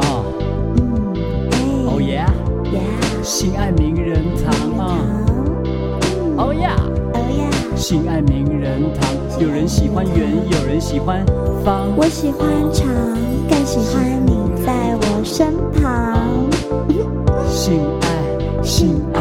哦 Oh Oh 哦性爱名人堂，有人喜欢圆，有人喜欢方。我喜欢长，更喜欢你在我身旁。性爱，性哦